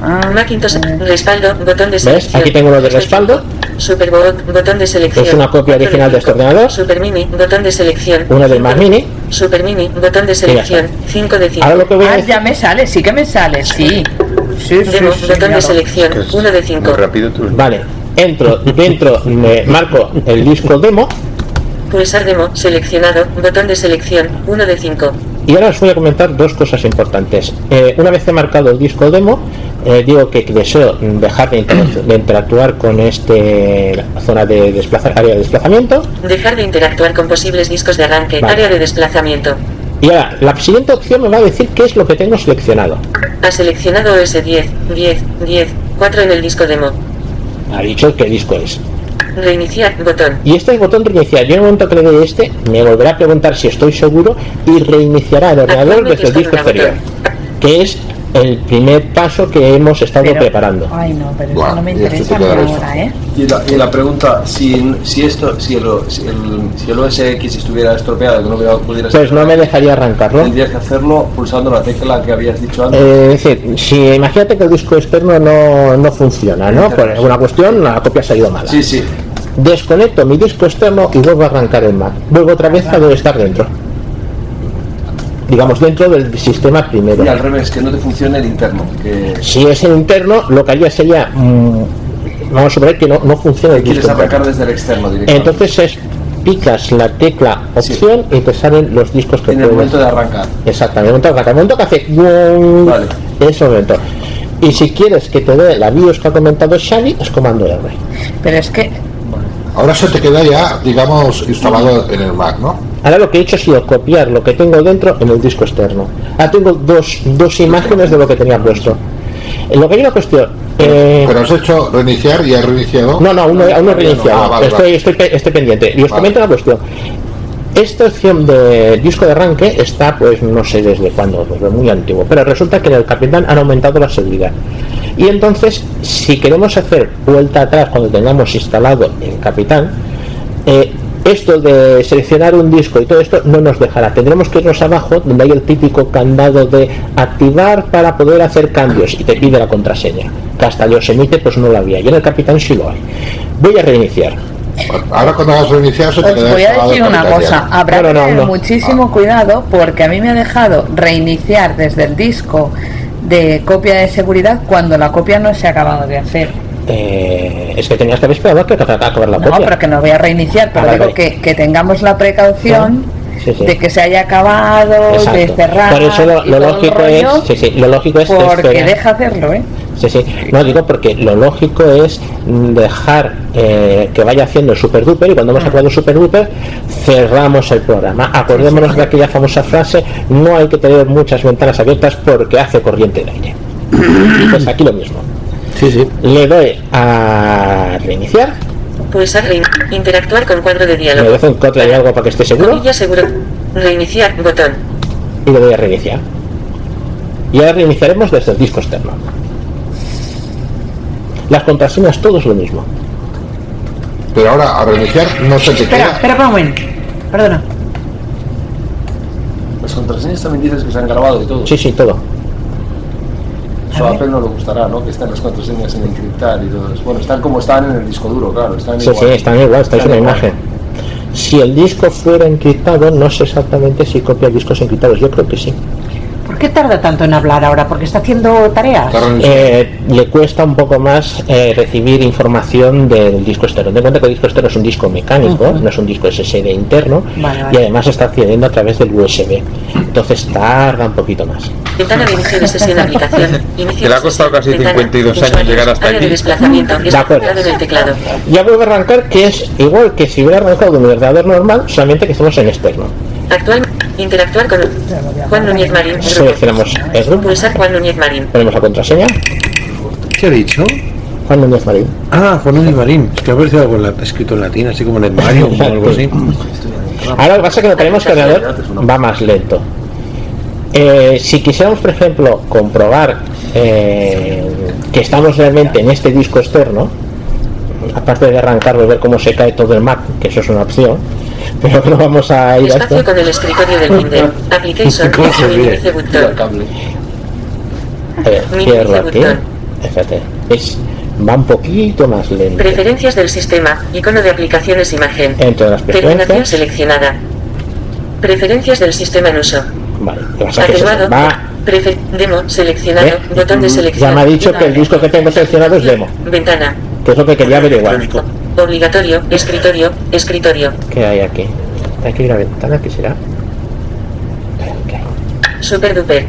Speaker 3: Ah,
Speaker 6: Macintosh respaldo, botón de selección.
Speaker 2: Aquí tengo lo de
Speaker 6: tres
Speaker 2: respaldo.
Speaker 6: cinco. Superbot, botón de selección.
Speaker 2: Es una copia original de este ordenador.
Speaker 6: Super Mini, botón de selección.
Speaker 2: Uno del
Speaker 6: Cinco
Speaker 2: Mac
Speaker 6: de-
Speaker 2: Mini.
Speaker 6: Super Mini, botón de selección. 5 de 5.
Speaker 2: Ahora lo que voy a
Speaker 3: ah,
Speaker 2: decir-
Speaker 3: ya me sale, sí que me sale, sí. Sí, sí,
Speaker 6: Demo,
Speaker 3: sí,
Speaker 6: botón
Speaker 3: ya lo-
Speaker 6: de selección.
Speaker 8: Que es
Speaker 6: 1 de 5.
Speaker 8: Muy rápido tú.
Speaker 2: Vale, entro, dentro, me marco el disco demo
Speaker 6: Pulsar demo, seleccionado. Botón de selección. 1 de 5.
Speaker 2: y ahora os voy a comentar dos cosas importantes. Eh, una vez he marcado el disco demo, eh, digo que deseo dejar de, inter- de interactuar con este zona de desplaza- área de desplazamiento.
Speaker 6: Dejar de interactuar con posibles discos de arranque.
Speaker 2: Vale.
Speaker 6: Área de desplazamiento.
Speaker 2: Y ahora, la siguiente opción me va a decir qué es lo que tengo seleccionado.
Speaker 6: Ha seleccionado OS10, 10, 10, 4 en el disco demo.
Speaker 2: Ha dicho qué disco es.
Speaker 6: Reiniciar, botón.
Speaker 2: Y este botón reiniciar, yo en el momento que le dé este, me volverá a preguntar si estoy seguro y reiniciará el ordenador
Speaker 6: Actualmente
Speaker 2: desde el
Speaker 6: está
Speaker 2: disco
Speaker 6: en una
Speaker 2: exterior, que es el primer paso que hemos estado
Speaker 3: pero-
Speaker 2: preparando.
Speaker 3: Ay, no, pero
Speaker 8: Buah,
Speaker 3: eso no me
Speaker 8: ya se te
Speaker 3: interesa
Speaker 8: queda
Speaker 3: por
Speaker 8: eso.
Speaker 3: ahora, ¿eh?
Speaker 7: Y la, y la pregunta, si, si esto, si el, si el, si el OSX estuviera estropeado, que no hubiera- pudiera ser,
Speaker 2: Pues no me dejaría arrancarlo.
Speaker 7: tendrías que hacerlo pulsando la tecla que habías dicho antes.
Speaker 2: Eh, es decir, si imagínate que el disco externo no, no funciona, ¿no? Por alguna cuestión, la copia ha salido mala.
Speaker 7: Sí, sí.
Speaker 2: Desconecto mi disco externo y vuelvo a arrancar el Mac. Vuelvo otra vez a donde estar dentro. Digamos, dentro del sistema primero.
Speaker 7: Y al revés, que no te funcione el interno. Que
Speaker 2: Si es el interno, lo que haría sería. mm, vamos a ver que no, no funciona el
Speaker 7: quieres
Speaker 2: disco.
Speaker 7: arrancar
Speaker 2: interno.
Speaker 7: desde el externo directamente.
Speaker 2: Entonces es picas la tecla
Speaker 7: Sí.
Speaker 2: opción y te salen los discos que
Speaker 7: en el
Speaker 2: puedes.
Speaker 7: momento de arrancar.
Speaker 2: Exactamente, el momento que hace ¡guau!
Speaker 7: Vale.
Speaker 2: ese momento. Y si quieres que te dé la BIOS que ha comentado Xavi, es comando R.
Speaker 3: ¿eh? Pero es que
Speaker 8: Ahora se te queda ya, digamos, instalado en el Mac, ¿no?
Speaker 2: Ahora lo que he hecho ha sido copiar lo que tengo dentro en el disco externo. Ahora tengo dos, dos imágenes de lo que tenía puesto. Eh, Lo que hay una cuestión. eh,
Speaker 8: Pero has hecho reiniciar y has reiniciado.
Speaker 2: no, no, aún no, aún no he reiniciado.
Speaker 8: Ah, vale,
Speaker 2: estoy,
Speaker 8: vale.
Speaker 2: Estoy, pe- estoy pendiente. Y os
Speaker 8: Vale.
Speaker 2: comento una cuestión. Esta opción de disco de arranque está, pues no sé desde cuándo, desde muy antiguo, pero resulta que en el Capitán han aumentado la seguridad. Y entonces, si queremos hacer vuelta atrás cuando tengamos instalado el Capitán, eh, esto de seleccionar un disco y todo esto no nos dejará. Tendremos que irnos abajo donde hay el típico candado de activar para poder hacer cambios y te pide la contraseña. Que hasta Yosemite pues no la había. Yo en el Capitán sí lo hay. Voy a reiniciar.
Speaker 8: Ahora cuando hagas reiniciar se te
Speaker 3: os
Speaker 8: queda
Speaker 3: voy a
Speaker 8: instalado
Speaker 3: decir
Speaker 8: en
Speaker 3: una
Speaker 8: pantalla.
Speaker 3: cosa.
Speaker 2: No,
Speaker 3: Habrá
Speaker 2: no,
Speaker 3: que
Speaker 2: no,
Speaker 3: tener
Speaker 2: no.
Speaker 3: muchísimo cuidado porque a mí me ha dejado reiniciar desde el disco de copia de seguridad cuando la copia no se ha acabado de hacer.
Speaker 2: Eh, es que tenías que haber esperado a que te acabara de acabar la
Speaker 3: No,
Speaker 2: copia.
Speaker 3: pero que no voy a reiniciar, pero
Speaker 2: Ah, vale,
Speaker 3: digo
Speaker 2: vale.
Speaker 3: que, que tengamos la precaución
Speaker 2: Sí, sí.
Speaker 3: de que se haya acabado, de
Speaker 2: Exacto.
Speaker 3: cerrar.
Speaker 2: Por eso lo,
Speaker 3: y
Speaker 2: lo
Speaker 3: todo el
Speaker 2: lógico es,
Speaker 3: rollo,
Speaker 2: sí, sí, lo lógico es
Speaker 3: porque
Speaker 2: esperar.
Speaker 3: deja hacerlo, ¿eh?
Speaker 2: Sí, sí. No digo porque lo lógico es dejar eh, que vaya haciendo el super duper y
Speaker 3: Mm.
Speaker 2: cuando hemos acabado el super duper cerramos el programa. Acordémonos de aquella famosa frase, no hay que tener muchas ventanas abiertas porque hace corriente de aire. Pues aquí lo mismo.
Speaker 5: Sí, sí.
Speaker 2: Le doy a reiniciar,
Speaker 6: Pulsar rein- interactuar con cuadro de
Speaker 2: me
Speaker 6: diálogo.
Speaker 2: doy un control y algo para que esté seguro
Speaker 6: Comilla seguro. Reiniciar, botón.
Speaker 2: y le doy a reiniciar. Y ahora reiniciaremos desde el disco externo. Las contraseñas todos lo mismo.
Speaker 8: Pero ahora a reiniciar no se te
Speaker 4: Espera,
Speaker 8: queda.
Speaker 4: espera un momento. Perdona.
Speaker 7: Las contraseñas también dices que se han grabado y todo.
Speaker 2: Sí, sí, todo.
Speaker 7: Eso a Apple no le gustará, ¿no? Que están las contraseñas en encriptar y todo eso. Bueno, están como están en el disco duro, claro. Están
Speaker 2: Sí,
Speaker 7: igual.
Speaker 2: sí, están igual, estáis en
Speaker 7: Están
Speaker 2: la
Speaker 7: igual.
Speaker 2: imagen. Si el disco fuera encriptado, no sé exactamente si copia discos encriptados, yo creo que sí.
Speaker 4: ¿Por qué tarda tanto en hablar ahora? ¿Porque está haciendo tareas?
Speaker 2: Eh, le cuesta un poco más eh, recibir información del disco externo. Ten en cuenta que el disco externo es un disco mecánico, no es un disco SSD interno,
Speaker 4: Vale,
Speaker 2: y
Speaker 4: vale.
Speaker 2: además está accediendo a través del USB. Entonces tarda un poquito más.
Speaker 6: Ventana de inicio de sesión aplicación. Inicio
Speaker 9: Que le ha
Speaker 6: de
Speaker 9: costado
Speaker 6: sesión,
Speaker 9: casi
Speaker 6: ventana,
Speaker 9: 52 años
Speaker 6: usuarios,
Speaker 9: llegar hasta
Speaker 6: área
Speaker 9: aquí.
Speaker 6: de desplazamiento. Es
Speaker 2: De acuerdo.
Speaker 6: marcado en el teclado.
Speaker 2: Ya vuelve a arrancar, que es igual que si hubiera arrancado un ordenador normal, solamente que estamos en externo.
Speaker 6: Actual. Interactuar con Juan Núñez Marín. Grupo.
Speaker 2: Seleccionamos el grupo,
Speaker 6: Pulsar Juan Núñez Marín.
Speaker 2: ponemos la contraseña,
Speaker 5: ¿Qué ha dicho?
Speaker 2: Juan Núñez Marín.
Speaker 5: Ah, Juan Núñez Marín. Es que ha aparecido algo en la- escrito en latín, así como en el Mario o algo así.
Speaker 2: Ahora lo que pasa es que no tenemos que el ordenador va más lento. Eh, si quisiéramos, por ejemplo, comprobar eh, que estamos realmente en este disco externo, aparte de arrancarlo y ver cómo se cae todo el Mac, que eso es una opción, pero no vamos a ir a
Speaker 6: Espacio
Speaker 2: esto.
Speaker 6: con el escritorio del Windows. Application.
Speaker 5: ¿Cómo se ríe?
Speaker 6: Minimice
Speaker 7: Tira el
Speaker 6: botón.
Speaker 7: cable.
Speaker 2: A ver,
Speaker 6: Mini
Speaker 2: Eh, cierro aquí.
Speaker 6: botón.
Speaker 2: Fíjate, es, va un poquito más lento.
Speaker 6: Preferencias del sistema. Icono de aplicaciones e imagen.
Speaker 2: Entre las
Speaker 6: Terminación
Speaker 2: preferencias,
Speaker 6: seleccionada. Preferencias del sistema en uso.
Speaker 2: vale, lo que pasa es que se
Speaker 6: Atenuado.
Speaker 2: va-
Speaker 6: Prefe- demo seleccionado.
Speaker 2: ¿Eh?
Speaker 6: Botón de selección.
Speaker 2: Ya me ha dicho que el disco que tengo seleccionado es demo,
Speaker 6: Ventana.
Speaker 2: que es lo que quería averiguar.
Speaker 6: Obligatorio. Escritorio. Escritorio.
Speaker 2: ¿Qué hay aquí? Hay que ir a ventana, ¿qué será? ¿Qué hay?
Speaker 6: Super duper.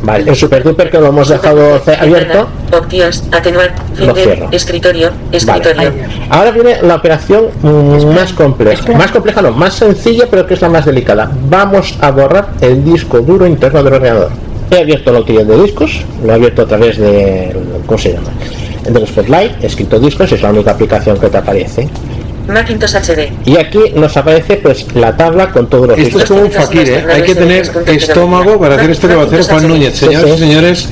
Speaker 2: Vale, el super duper que lo hemos dejado ce- abierto.
Speaker 6: Ventana, Opciones. Atenuar.
Speaker 2: Lo
Speaker 6: Finder,
Speaker 2: cierro.
Speaker 6: Escritorio.
Speaker 2: Vale.
Speaker 6: Escritorio.
Speaker 2: Ahora viene la operación mm, más compleja. Más compleja no, más sencilla, pero que es la más delicada. Vamos a borrar el disco duro interno del ordenador. He abierto la utilidad de discos, lo he abierto a través de. ¿Cómo se llama? De los Spotlight, he escrito discos, es la única aplicación que te aparece.
Speaker 6: Macintosh HD.
Speaker 2: Y aquí nos aparece pues la tabla con todos los
Speaker 5: Esto
Speaker 2: discos.
Speaker 5: es como un fakir, ¿eh? Hay que tener estómago para hacer esto que va a hacer Juan Núñez. Señoras y señores,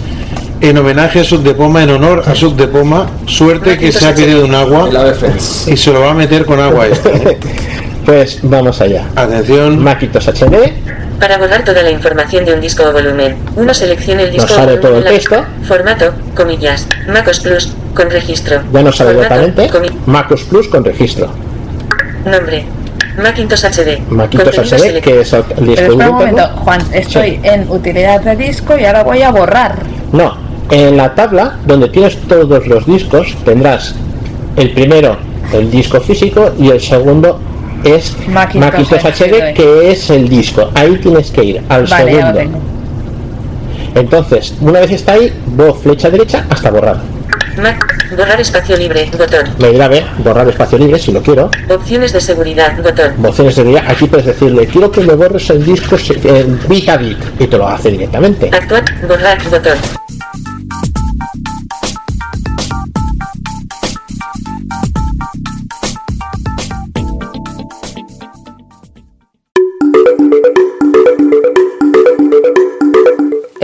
Speaker 5: en homenaje a Sud de Poma, en honor a Sud de Poma, suerte que se ha pedido un agua
Speaker 7: El ABF.
Speaker 5: y se lo va a meter con agua esto. ¿eh?
Speaker 2: Pues vamos allá.
Speaker 5: Atención,
Speaker 2: Macintosh HD,
Speaker 6: Para borrar toda la información de un disco o volumen, uno selecciona el disco o
Speaker 2: sale
Speaker 6: volumen
Speaker 2: todo el
Speaker 6: blanco.
Speaker 2: texto.
Speaker 6: Formato, comillas, MacOS Plus, con registro.
Speaker 2: ya nos sale
Speaker 6: Formato,
Speaker 2: directamente.
Speaker 6: comi-
Speaker 2: MacOS Plus con registro.
Speaker 6: nombre. Macintosh HD.
Speaker 2: Macintosh
Speaker 6: Contenido
Speaker 2: HD,
Speaker 6: select-
Speaker 2: que es el
Speaker 3: Pero
Speaker 2: disco
Speaker 3: espera un
Speaker 2: duro
Speaker 3: momento,
Speaker 2: interno.
Speaker 3: Juan, estoy en utilidad de disco y ahora voy a borrar.
Speaker 2: No, en la tabla donde tienes todos los discos tendrás el primero el disco físico y el segundo es
Speaker 3: Macintosh
Speaker 2: Macintosh
Speaker 3: HD,
Speaker 2: HD que es el disco. Ahí tienes que ir al
Speaker 3: Vale, ya lo
Speaker 2: segundo.
Speaker 3: tengo.
Speaker 2: Entonces, una vez está ahí, vos flecha derecha hasta borrar.
Speaker 6: Mac- borrar espacio libre, botón.
Speaker 2: Me dirá, a ver, borrar espacio libre si lo quiero.
Speaker 6: Opciones de seguridad, botón.
Speaker 2: Opciones de día, aquí puedes decirle, quiero que me borres el disco se- eh, bit a bit y te lo hace directamente.
Speaker 6: Actual, borrar, botón.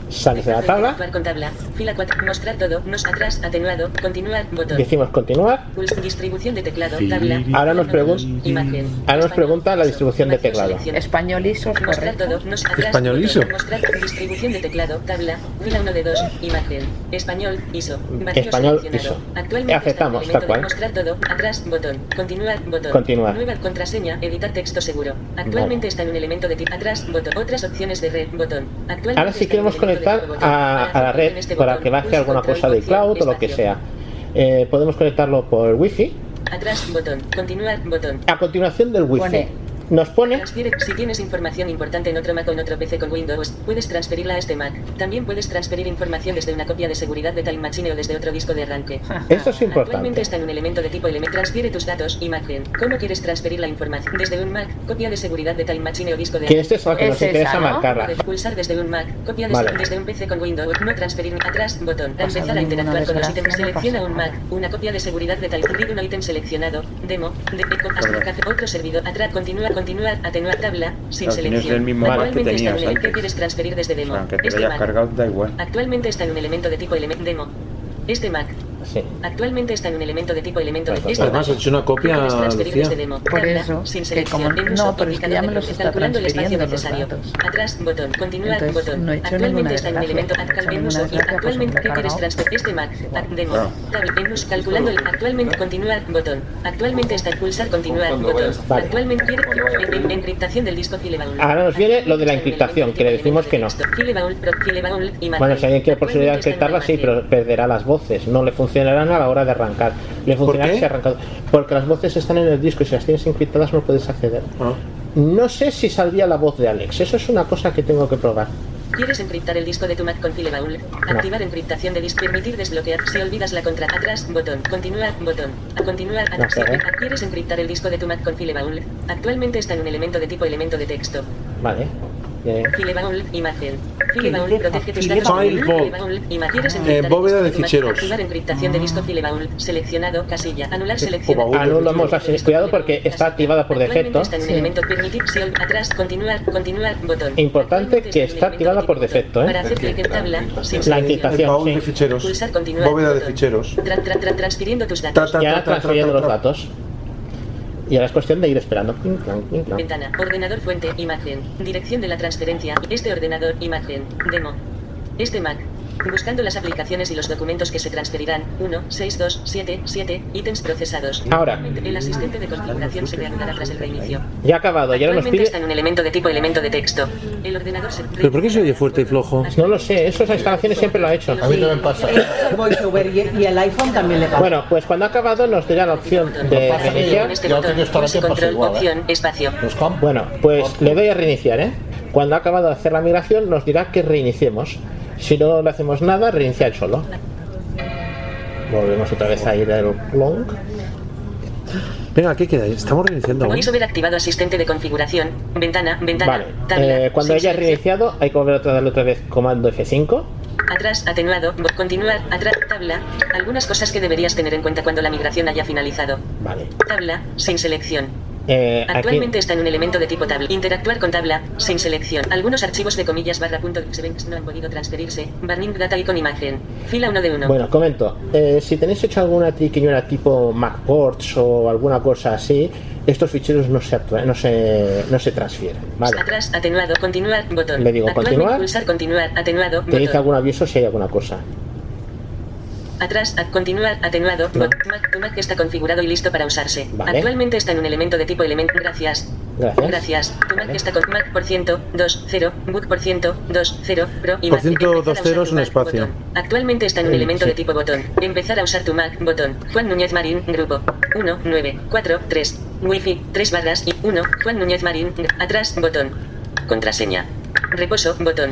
Speaker 2: sales de la tabla,
Speaker 6: Actuar Con tabla. Fila 4. Mostrar todo. Nos atrás. Atenuado. Continuar. Botón.
Speaker 2: decimos continuar.
Speaker 6: Pulsa Distribución de teclado. Tabla.
Speaker 2: Ahora nos pregun-
Speaker 6: Imagen.
Speaker 2: ahora nos
Speaker 6: Español,
Speaker 2: pregunta la distribución de
Speaker 6: Español
Speaker 2: teclado.
Speaker 6: seleccionado.
Speaker 3: Español ISO, es
Speaker 6: Mostrar
Speaker 3: correcto.
Speaker 6: todo, nos atrás,
Speaker 5: Español ISO.
Speaker 6: Mostrar distribución de teclado, tabla, fila 1 de 2, imagen, español ISO, vacío
Speaker 2: Mm, Español
Speaker 6: seleccionado.
Speaker 2: ISO. Eh,
Speaker 6: Actualmente
Speaker 2: Aceptamos,
Speaker 6: está
Speaker 2: tal
Speaker 6: el elemento de
Speaker 2: cual.
Speaker 6: Mostrar todo, atrás, botón, continuar, botón.
Speaker 2: Continuar.
Speaker 6: Nueva contraseña, editar texto seguro. Actualmente
Speaker 2: Vale.
Speaker 6: está en un elemento de tipo atrás, botón. Otras opciones de red, botón. Actualmente
Speaker 2: Ahora
Speaker 6: está
Speaker 2: sí
Speaker 6: en
Speaker 2: queremos
Speaker 6: un elemento de
Speaker 2: conectar
Speaker 6: tipo botón.
Speaker 2: a,
Speaker 6: Para
Speaker 2: a la
Speaker 6: hacer clic
Speaker 2: red
Speaker 6: en este
Speaker 2: para
Speaker 6: botón,
Speaker 2: que baje
Speaker 6: pulsa
Speaker 2: alguna
Speaker 6: control,
Speaker 2: cosa de
Speaker 6: opción,
Speaker 2: cloud o lo que
Speaker 6: espacio.
Speaker 2: sea. Eh, podemos conectarlo por wifi.
Speaker 6: Atrás, botón, continuar, botón.
Speaker 2: A continuación del wifi
Speaker 3: Pone.
Speaker 2: nos pone
Speaker 6: Transfiere- Si tienes información importante en otro Mac o en otro PC con Windows, puedes transferirla a este Mac. También puedes transferir información desde una copia de seguridad de Time Machine o desde otro disco de arranque.
Speaker 2: Esto es
Speaker 6: Actualmente
Speaker 2: importante.
Speaker 6: está en un elemento de tipo elemento. Transfiere tus datos, imagen. ¿Cómo quieres transferir la información? Desde un Mac, copia de seguridad de Time Machine o disco de
Speaker 2: Que este es lo que
Speaker 3: Es
Speaker 2: nos
Speaker 3: esa,
Speaker 2: interesa
Speaker 3: ¿no?
Speaker 2: marcarla.
Speaker 6: Puedes Pulsar desde un Mac, copia de
Speaker 2: Vale.
Speaker 6: desde un PC con Windows, no transferir atrás, botón.
Speaker 3: Pasa
Speaker 6: Empezar a
Speaker 3: ninguna
Speaker 6: interactuar con los
Speaker 3: desgracia,
Speaker 6: ítems.
Speaker 3: no
Speaker 6: Selecciona
Speaker 3: pasa
Speaker 6: un Mac,
Speaker 3: nada.
Speaker 6: una copia de seguridad de tal, read un ítem seleccionado, demo, de con- hasta alcance- otro servidor, atrás, continúa, continúa, atenuar tabla, sin
Speaker 10: Claro, tienes
Speaker 6: selección.
Speaker 10: el mismo Mac que
Speaker 6: Actualmente está en
Speaker 10: tenías
Speaker 6: el-
Speaker 10: antes.
Speaker 6: ¿Qué quieres transferir desde demo?
Speaker 10: Aunque te lo
Speaker 6: Este
Speaker 10: hayas
Speaker 6: Mac.
Speaker 10: cargado, da igual.
Speaker 6: Actualmente está en un elemento de tipo elemento demo. Este Mac.
Speaker 2: Sí.
Speaker 6: Actualmente está en un elemento de tipo elemento de
Speaker 2: Claro,
Speaker 6: este
Speaker 5: Además,
Speaker 6: Mac.
Speaker 5: ha hecho una copia,
Speaker 6: Puedes transferir
Speaker 5: Lucía.
Speaker 6: desde demo.
Speaker 3: Por
Speaker 6: Tabla,
Speaker 3: eso,
Speaker 6: sin
Speaker 3: que
Speaker 6: selección,
Speaker 3: como-
Speaker 6: en
Speaker 3: no,
Speaker 6: uso,
Speaker 3: pero es que
Speaker 6: indicador
Speaker 3: ya me
Speaker 6: de
Speaker 3: los
Speaker 6: bloque,
Speaker 3: está
Speaker 6: calculando el espacio
Speaker 3: transfiriendo los
Speaker 6: necesario.
Speaker 3: datos.
Speaker 6: Atrás, botón, continuar,
Speaker 3: Entonces,
Speaker 6: botón.
Speaker 3: no he hecho
Speaker 6: actualmente
Speaker 3: ninguna
Speaker 6: está en un
Speaker 3: desgracia,
Speaker 6: elemento
Speaker 3: no he hecho
Speaker 6: actual en
Speaker 3: ninguna
Speaker 6: uso y
Speaker 3: desgracia, pues
Speaker 6: actualmente ¿qué
Speaker 3: me he
Speaker 6: quieres
Speaker 3: cargado.
Speaker 6: transferir este Mac.
Speaker 3: Igual.
Speaker 6: Ac- Demo.
Speaker 7: Ah.
Speaker 10: Claro.
Speaker 6: Tabla, en uso, calculando el actualmente continuar, botón. Actualmente está pulsar continuar,
Speaker 7: Cuando
Speaker 6: botón.
Speaker 7: vayas a-
Speaker 2: Vale.
Speaker 6: Actualmente quiere en- en- encriptación del disco file baúl.
Speaker 2: Ahora nos viene lo de la encriptación, que le decimos que no.
Speaker 6: File baúl, pro- file baúl, imagen.
Speaker 2: Bueno, si alguien quiere posibilidad de
Speaker 6: Actualmente está en
Speaker 2: encriptarla, sí,
Speaker 6: imagen.
Speaker 2: pero perderá las voces. No le funcionarán a la hora de arrancar. Le funcionará
Speaker 5: qué?
Speaker 2: si ha arrancado. Porque las voces están en el disco y si las tienes encriptadas no puedes acceder.
Speaker 5: Ah.
Speaker 2: No sé si saldría la voz de Alex. Eso es una cosa que tengo que probar.
Speaker 6: ¿Quieres encriptar el disco de tu Mac con Filebaul? Activar encriptación de disco. Permitir desbloquear. Si olvidas la contraseña. Atrás, botón. Continuar, botón. A continuar. a-
Speaker 2: No sé,
Speaker 6: si-
Speaker 2: ¿eh?
Speaker 6: ¿Quieres encriptar el disco de tu Mac con Filebaul? Actualmente está en un elemento de tipo elemento de texto.
Speaker 2: Vale.
Speaker 6: Filebaul, imagen. Filebaul, protege tus datos.
Speaker 5: Filebaul.
Speaker 6: Filebaul, imagen. ¿Quieres
Speaker 5: Eh,
Speaker 6: encriptar el
Speaker 5: bóveda
Speaker 6: disco?
Speaker 5: de
Speaker 6: Imagen.
Speaker 5: ficheros.
Speaker 6: Activar encriptación de disco Filebaul. Seleccionado, casilla. Anular selección.
Speaker 2: Ah, Anulamos la selección. Cuidado porque está activada por
Speaker 6: Actualmente
Speaker 2: defecto.
Speaker 6: está en un elemento permitir, si al- atrás, continuar, continuar, botón.
Speaker 2: Importante que está activada por defecto,
Speaker 6: Para
Speaker 2: ¿eh?
Speaker 6: hacer clic en tabla, sin
Speaker 2: La
Speaker 5: El
Speaker 2: encriptación,
Speaker 5: baúl
Speaker 2: sí.
Speaker 5: de ficheros.
Speaker 6: Pulsar continuar.
Speaker 5: Bóveda de ficheros.
Speaker 6: Tra- tra- tra- transfiriendo tus
Speaker 5: Ta,
Speaker 6: datos.
Speaker 5: ta,
Speaker 2: Y
Speaker 5: ta,
Speaker 2: ahora
Speaker 5: ta, ta,
Speaker 2: transfiriendo
Speaker 5: ta,
Speaker 2: los
Speaker 5: ta.
Speaker 2: datos. Y ahora es cuestión de ir esperando. Pim, pam, pim, pam.
Speaker 6: Ventana, ordenador fuente, imagen, dirección de la transferencia, este ordenador, imagen, demo. Este Mac. Buscando las aplicaciones y los documentos que se transferirán. 1, 6, 2, 7, 7, ítems procesados.
Speaker 2: Ahora.
Speaker 6: El asistente de configuración se reanudará tras el reinicio.
Speaker 2: Ya ha acabado, y ahora nos
Speaker 6: Actualmente
Speaker 2: pide.
Speaker 6: está en un elemento de tipo elemento de texto. El ordenador se...
Speaker 5: ¿Pero por qué se oye fuerte y flojo?
Speaker 2: No lo sé, esas instalaciones siempre lo ha hecho.
Speaker 8: A mí también pasa.
Speaker 4: El voiceover y, y el iPhone también le pasa.
Speaker 2: Bueno, pues cuando ha acabado nos dirá la opción de reiniciar.
Speaker 6: Con este
Speaker 8: Ya
Speaker 6: botón,
Speaker 8: tengo esta
Speaker 6: pulse
Speaker 8: vez pasa
Speaker 6: control,
Speaker 8: igual, ¿eh?
Speaker 6: opción, espacio.
Speaker 8: Los campos.
Speaker 2: Bueno, pues le doy a reiniciar, ¿eh? Cuando ha acabado de hacer la migración nos dirá que reiniciemos. Si no le hacemos nada, reinicia el solo. Volvemos otra vez a ir al long.
Speaker 5: Venga, ¿qué queda? Estamos reiniciando aún.
Speaker 6: Voice over activado asistente de configuración. Ventana, ventana,
Speaker 2: Vale,
Speaker 6: tabla.
Speaker 2: eh, cuando
Speaker 6: Seis,
Speaker 2: haya reiniciado hay que volver a darle otra vez comando F5.
Speaker 6: Atrás, atenuado, bo- continuar, atrás, tabla. Algunas cosas que deberías tener en cuenta cuando la migración haya finalizado.
Speaker 2: Vale.
Speaker 6: Tabla, sin selección.
Speaker 2: Eh, aquí,
Speaker 6: Actualmente está en un elemento de tipo tabla. Interactuar con tabla, sin selección. Algunos archivos de comillas barra punto xevenx no han podido transferirse. Burning data y con imagen. Fila 1 de 1.
Speaker 2: bueno, comento. eh, si tenéis hecho alguna triquiñuela tipo MacPorts o alguna cosa así, estos ficheros no se, actua- no se, no se transfieren. Vale.
Speaker 6: Atrás, atenuado, continuar, botón.
Speaker 2: Le digo
Speaker 6: Actualmente
Speaker 2: continuar.
Speaker 6: pulsar continuar, atenuado, botón.
Speaker 2: ¿Tenéis algún aviso si hay alguna cosa?
Speaker 6: Atrás, a- continuar, atenuado. bot- Mac- tu Mac está configurado y listo para usarse.
Speaker 2: Vale.
Speaker 6: Actualmente está en un elemento de tipo elemento. Gracias.
Speaker 2: Gracias.
Speaker 6: Tu Mac está con Mac por ciento, 2, 0, Book por ciento, 2, 0, Pro y
Speaker 5: Por
Speaker 6: Mac.
Speaker 5: ciento,
Speaker 6: Empezar a
Speaker 5: dos
Speaker 6: usar
Speaker 5: ceros,
Speaker 6: tu
Speaker 5: un
Speaker 6: Mac,
Speaker 5: espacio.
Speaker 6: botón. Actualmente está en un
Speaker 2: Sí,
Speaker 6: elemento
Speaker 2: sí.
Speaker 6: de tipo botón. Empezar a usar tu Mac, botón. Juan Núñez Marín, grupo. 1, 9, 4, 3. Wi-Fi, 3 barras y 1. Juan Núñez Marín, atrás, botón. Contraseña. Reposo, botón.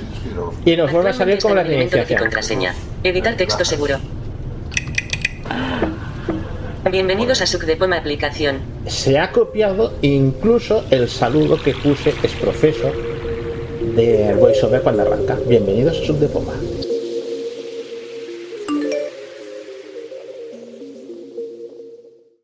Speaker 2: Y nos vuelve a salir
Speaker 6: Actualmente
Speaker 2: como la
Speaker 6: está en elemento de
Speaker 2: reiniciación.
Speaker 6: contraseña. Editar texto seguro. Bienvenidos a Sucdepoma aplicación.
Speaker 2: se ha copiado incluso el saludo que puse exprofeso de VoiceOver cuando arranca. Bienvenidos a Subdepoma.